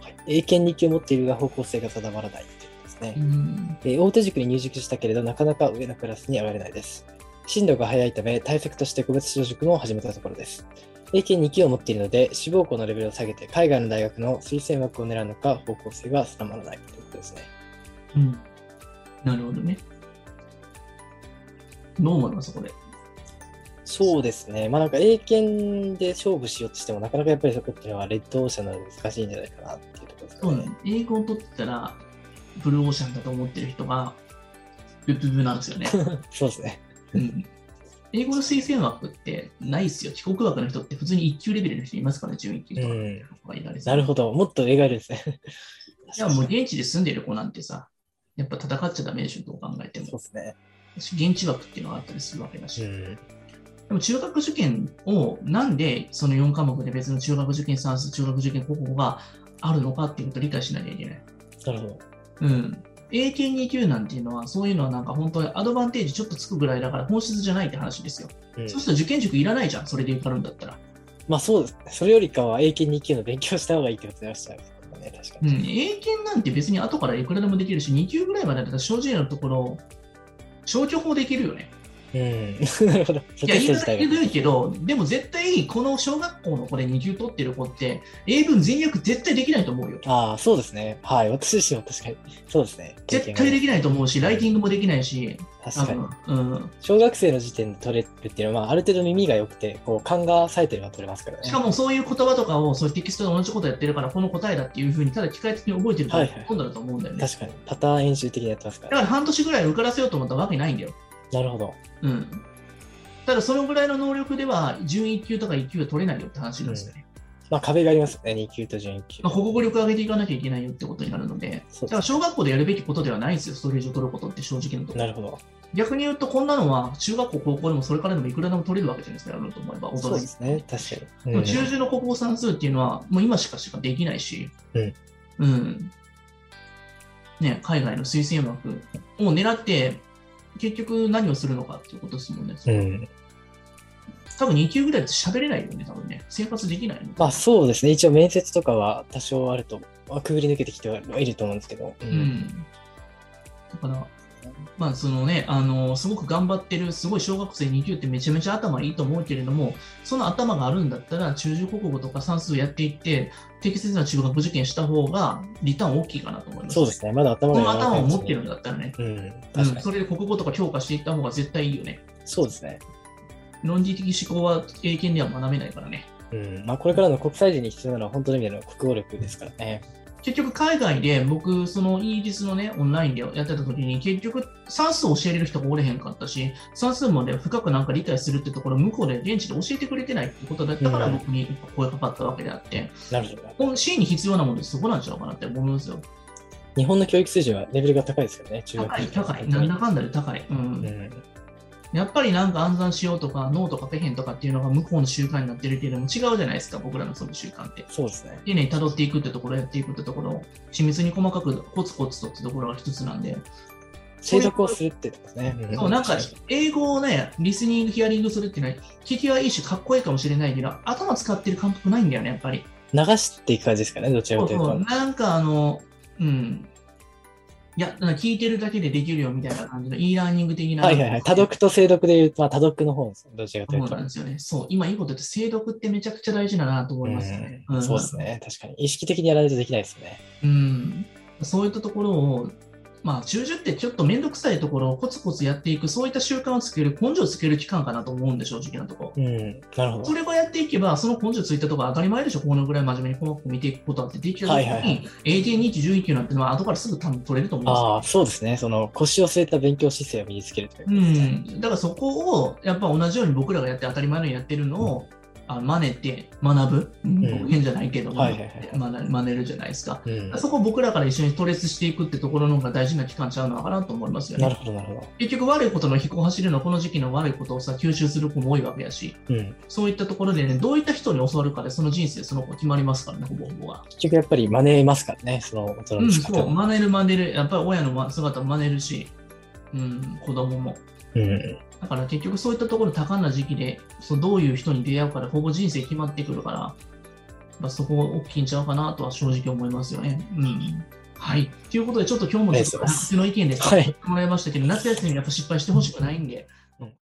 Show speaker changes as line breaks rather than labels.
はい英検2級を持っているが方向性が定まらないということですね
う、ん
えー大手塾に入塾したけれどなかなか上のクラスに上がれないです進路が早いため対策として個別指導塾も始めたところです英検2級を持っているので志望校のレベルを下げて海外の大学の推薦枠を狙うのか方向性が定まらないということですね
うん、なるほどね。どう思いますそこで。
そうですねまあなんか英検で勝負しようとしてもなかなかやっぱりそこっていうのはレッドオーシャンなので難しいんじゃないかなっていうところですか
そう
ね
ね、英語を取ってたら、ブルーオーシャンだと思ってる人が、ブブブなんですよね。
そうですね
うん英語の推薦枠ってないっすよ。帰国枠の人って普通に1級レベルの人いますから、準1級とか
う
の
ん
子がいたりす
なるほ
ど。
どもっと上がいるんですね
いや、もう現地で住んでる子なんてさ、やっぱ戦っちゃダメでしょ、どう考えて
そう
も。
ですね
現地枠っていうのがあったりするわけだし。
うん
でも中学受験をなんでその4科目で別の中学受験算数、中学受験高校があるのかっていうことを理解しなきゃいけない。
なるほど
うん。英検2級なんていうのは、そういうのはなんか本当にアドバンテージちょっとつくぐらいだから本質じゃないって話ですよ。
うん
そうすると受験塾いらないじゃん、それで受かるんだったら。
まあそうですね。それよりかは英検2級の勉強した方がいいってことになりましたね。確か
うん。
に。
英検なんて別に後からいくらでもできるし、2級ぐらいまでだったら正直なところ、消去法できるよね。
うん。 なるほど。
い
テスト
や、言い
自体
方
が
ひどいけど、でも絶対、この小学校のこれ2級取ってる子って、英文全力絶対できないと思うよ。
ああ、そうですね。はい。私自身も確かに。そうですね。
絶対で
き
きないと思うし、ライティングもできないし、
確かに。
あのうん、
小学生の時点で取れるっていうのは、まあ、ある程度耳が良くて、こう、勘が冴えてれば取れますからね。
しかもそういう言葉とかをそういうテキストで同じことやってるから、この答えだっていうふうに、ただ機械的に覚えてるから、
はいはい
ほとんどだと思うんだよね。
確かに。パターン演習的にやってますか。
だからら半年ぐらい受からせようと思ったらわけないんだよ。
なるほど。
うん、ただ、そのぐらいの能力では、準1級とか1級は取れないよって話なんですよね。
まあ壁がありますよね。2級と準1級。
まあ、保護力上げていかなきゃいけないよってことになるので、
そう
だから
です
小学校でやるべきことではないんですよ、ストレージを取ることって正直なところ。
なるほど。
逆に言うと、こんなのは中学校、高校でもそれからでもいくらでも取れるわけじゃないですか、やろうと思えば、大
そう
人
ですね。確かに。
で
う
も
ん
中旬の国語算数っていうのは、もう今しかしかできないし、
うん
うんね、海外の推薦枠を狙って、結局何をするのかっていうことですもんね。
うん。
多分2級ぐらいって喋れないよね、多分ね。生活できないよね。
まあそうですね。一応面接とかは多少あると、まあくぐり抜けてきてはいると思うんですけど。う
う。んだから、まあそのね、あのすごく頑張ってる、すごい小学生2級ってめちゃめちゃ頭いいと思うけれども、その頭があるんだったら、中中国語とか算数やっていって、適切な中学受験した方が、リターン大きいかなと思います。
そうですね、まだ頭
こ
が柔ら
の
か
頭
い
を
うちに
持ってるんだったらね、
うん、
うん、
確かに。
それで国語とか強化していった方が絶対いいよね。
そうですね。
論理的思考は経験では学べないからね。
うん。まあ、これからの国際人に必要なのは本当の意味での国語力ですからね。
結局、海外で僕、そのイギリスのね、オンラインでやってた時に、結局、算数を教えれる人がおれへんかったし、算数まで深くなんか理解するってところ、向こうで現地で教えてくれてないってことだったから、
うん
僕に声かかったわけであって、
なるほど。
このシーンに必要なものってそこなんちゃうかなって思うんですよ。
日本の教育水準はレベルが高いですよね、中学
高い、
生
高い、なんだかんだで高い。う。
うんん。
やっぱりなんか暗算しようとか、脳とかペヘンとかっていうのが向こうの習慣になってるけれども、違うじゃないですか、僕らのその習慣って。
そうですね。
丁寧に辿っていくってところ、やっていくってところ、緻密に細かくコツコツとってところが一つなんで、
精読をするってことですね。ん
そうなんか英語をね、リスニング、ヒアリングするっていうのは、聞きはいいし、かっこいいかもしれないけど、頭使ってる感覚ないんだよね、やっぱり。
流していく感じですかね、どちらか
そう
という
そう
と。
なんかあの、うん。いや、なんか聞いてるだけでできるよみたいな感じの、e ラーニング的な。
はいはいはい。多読と精読で言うと、まあ、多読の方ですね、どちらかとい
そうう
と
なん。ですよね。そう、今いいこと言って、精読ってめちゃくちゃ大事だなと思いますよね。
うん
ん
そうですね、確かに。意識的にやらないとできないですよね。
うん、そういったところを、まあ、中旬ってちょっと面倒くさいところをコツコツやっていく、そういった習慣をつける、根性をつける期間かなと思うんで、正直なところ。
うん。なるほど
そ。れをやっていけば、その根性ついたところ当たり前でしょ、このぐらい真面目に細かく見ていくことだってできたとき
は
に、
いはいはい
AT2 期、11期なんてのは後からすぐ多分取れると思うん
ああ、そうですね。その腰を据えた勉強姿勢を身につけるということ
で
です
す
ね。
よ。うん、だからそこを、やっぱ同じように僕らがやって当たり前のようにやってるのを、あ真似て学ぶ、うん、変じゃないけど、
はいはいはい
真似真似るじゃないですか。
うん
そこを僕らから一緒にトレースしていくってところの方が大事な期間ちゃうのかなと思いますよ
な
ね
る。ほど、なるほ
結局悪いことの飛行を走るのはこの時期の悪いことをさ吸収する子も多いわけやし、
ど。うん。
そういったところでね、どういった人に教わるかでその人生その子決まりますからね、ほぼほぼが。
結局やっぱり真似ますからね、その大人
う
の
ん、
仕
そ
方
う、
も。
真似る真似る、やっぱり親のま姿を真似るし、うん、子供も。
うん。
だから結局そういったところ多感な時期で、そうどういう人に出会うかでほぼ人生決まってくるから、まあ、そこが大きいんちゃうかなとは正直思いますよね。うんはい。ということで、ちょっと今日も
ありがと
です
うござい
ね
ます
夏の意見でした
はい
もらいましたけど、夏休みやっぱ失敗してほしくないんで、